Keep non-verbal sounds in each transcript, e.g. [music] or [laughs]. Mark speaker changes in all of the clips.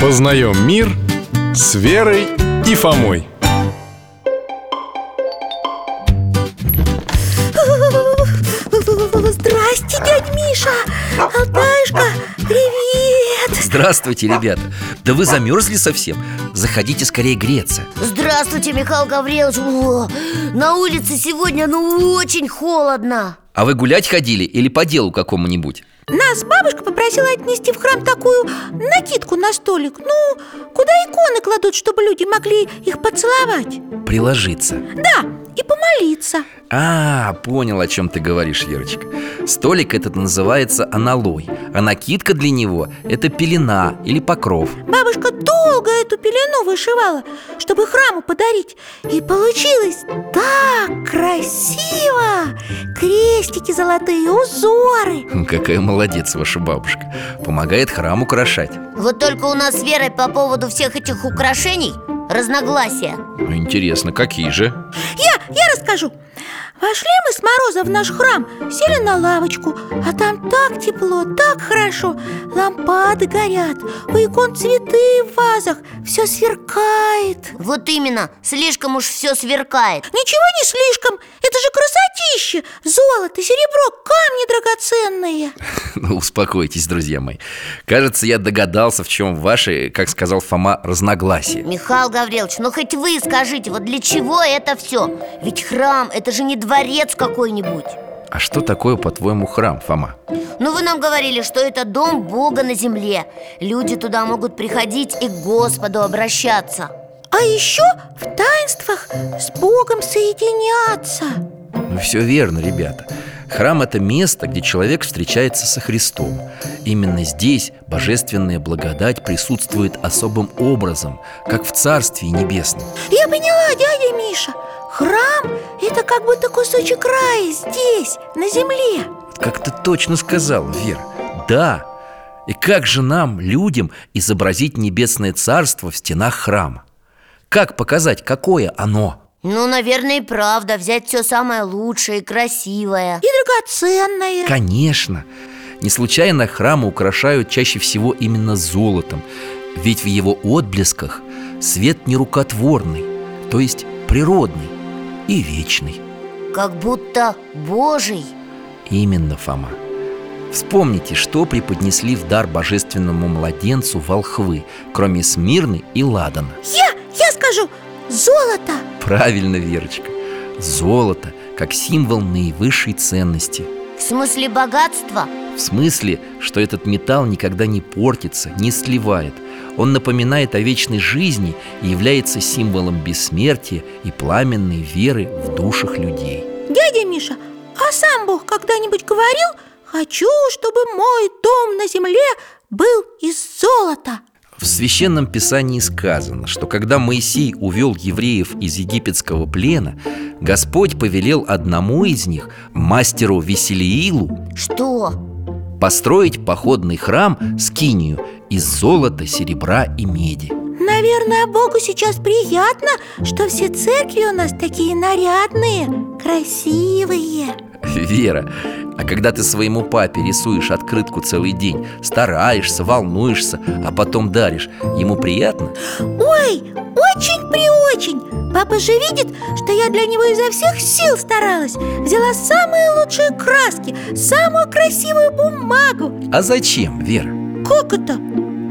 Speaker 1: Познаем мир с Верой и Фомой.
Speaker 2: Здрасте, дядь Миша! Алтаюшка, привет!
Speaker 3: Здравствуйте, ребята! Да вы замерзли совсем? Заходите скорее греться
Speaker 4: Здравствуйте, Михаил Гаврилович О, На улице сегодня ну очень холодно
Speaker 3: А вы гулять ходили или по делу какому-нибудь?
Speaker 2: Нас бабушка попросила отнести в храм такую накидку на столик Ну, куда иконы кладут, чтобы люди могли их поцеловать?
Speaker 3: Приложиться
Speaker 2: Да, и помолиться
Speaker 3: А, понял, о чем ты говоришь, Верочка Столик этот называется аналой А накидка для него – это пелена или покров [laughs]
Speaker 2: Бабушка долго эту пелену вышивала, чтобы храму подарить И получилось так красиво! Крестики золотые, узоры
Speaker 3: Какая молодец ваша бабушка Помогает храм украшать
Speaker 4: Вот только у нас с Верой по поводу всех этих украшений разногласия
Speaker 3: Ну, Интересно, какие же? [laughs]
Speaker 2: Я, я расскажу Вошли мы с Мороза в наш храм, сели на лавочку А там так тепло, так хорошо Лампады горят, у икон цветы в вазах Все сверкает
Speaker 4: Вот именно, слишком уж все сверкает
Speaker 2: Ничего не слишком, это же красотища Золото, серебро, камни драгоценные
Speaker 3: Ну, успокойтесь, друзья мои Кажется, я догадался, в чем ваши, как сказал Фома, разногласия
Speaker 4: Михаил Гаврилович, ну хоть вы скажите, вот для чего это все? Ведь храм, это же не дворец какой-нибудь
Speaker 3: А что такое, по-твоему, храм, Фома?
Speaker 4: Ну вы нам говорили, что это дом Бога на земле Люди туда могут приходить и к Господу обращаться
Speaker 2: А еще в таинствах с Богом соединяться
Speaker 3: Ну, все верно, ребята Храм – это место, где человек встречается со Христом Именно здесь божественная благодать присутствует особым образом Как в Царстве Небесном
Speaker 2: Я поняла, дядя Миша Храм – это как будто кусочек рая здесь, на земле
Speaker 3: Вот Как ты точно сказал, Вера Да, и как же нам, людям, изобразить небесное царство в стенах храма? Как показать, какое оно?
Speaker 4: Ну, наверное, и правда, взять все самое лучшее и красивое
Speaker 2: И драгоценное
Speaker 3: Конечно! Не случайно храмы украшают чаще всего именно золотом Ведь в его отблесках свет нерукотворный, то есть природный и вечный
Speaker 4: Как будто Божий
Speaker 3: Именно, Фома Вспомните, что преподнесли в дар божественному младенцу волхвы Кроме Смирны и Ладана
Speaker 2: Я, я скажу, золото
Speaker 3: Правильно, Верочка Золото, как символ наивысшей ценности
Speaker 4: В смысле богатства?
Speaker 3: В смысле, что этот металл никогда не портится, не сливает. Он напоминает о вечной жизни и является символом бессмертия и пламенной веры в душах людей.
Speaker 2: Дядя Миша, а сам Бог когда-нибудь говорил «Хочу, чтобы мой дом на земле был из золота»
Speaker 3: В священном писании сказано, что когда Моисей увел евреев из египетского плена, Господь повелел одному из них, мастеру Веселиилу,
Speaker 4: Что?
Speaker 3: построить походный храм Скинию из золота, серебра и меди.
Speaker 2: Наверное, Богу сейчас приятно, что все церкви у нас такие нарядные, красивые
Speaker 3: Вера, а когда ты своему папе рисуешь открытку целый день, стараешься, волнуешься, а потом даришь, ему приятно?
Speaker 2: Ой, очень-преочень Папа же видит, что я для него изо всех сил старалась Взяла самые лучшие краски, самую красивую бумагу
Speaker 3: А зачем, Вера?
Speaker 2: Как это?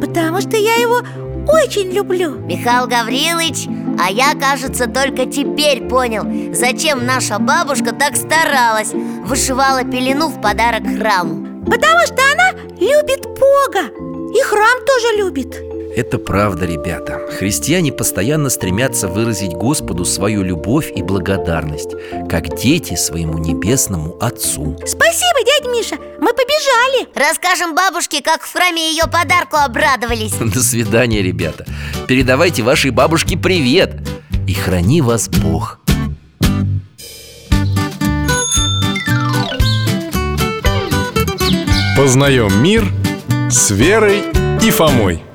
Speaker 2: Потому что я его очень люблю
Speaker 4: Михаил Гаврилович, а я, кажется, только теперь понял, зачем наша бабушка так старалась Вышивала пелену в подарок храму
Speaker 2: Потому что она любит Бога И храм тоже любит
Speaker 3: Это правда, ребята. Христиане постоянно стремятся выразить Господу свою любовь и благодарность, как дети своему небесному Отцу. [laughs]
Speaker 2: Спасибо, дядь Миша, мы побежали
Speaker 4: Расскажем бабушке, как в храме ее подарку обрадовались
Speaker 3: До свидания, ребята. Передавайте вашей бабушке привет. И храни вас Бог.
Speaker 1: Познаем мир с Верой и Фомой.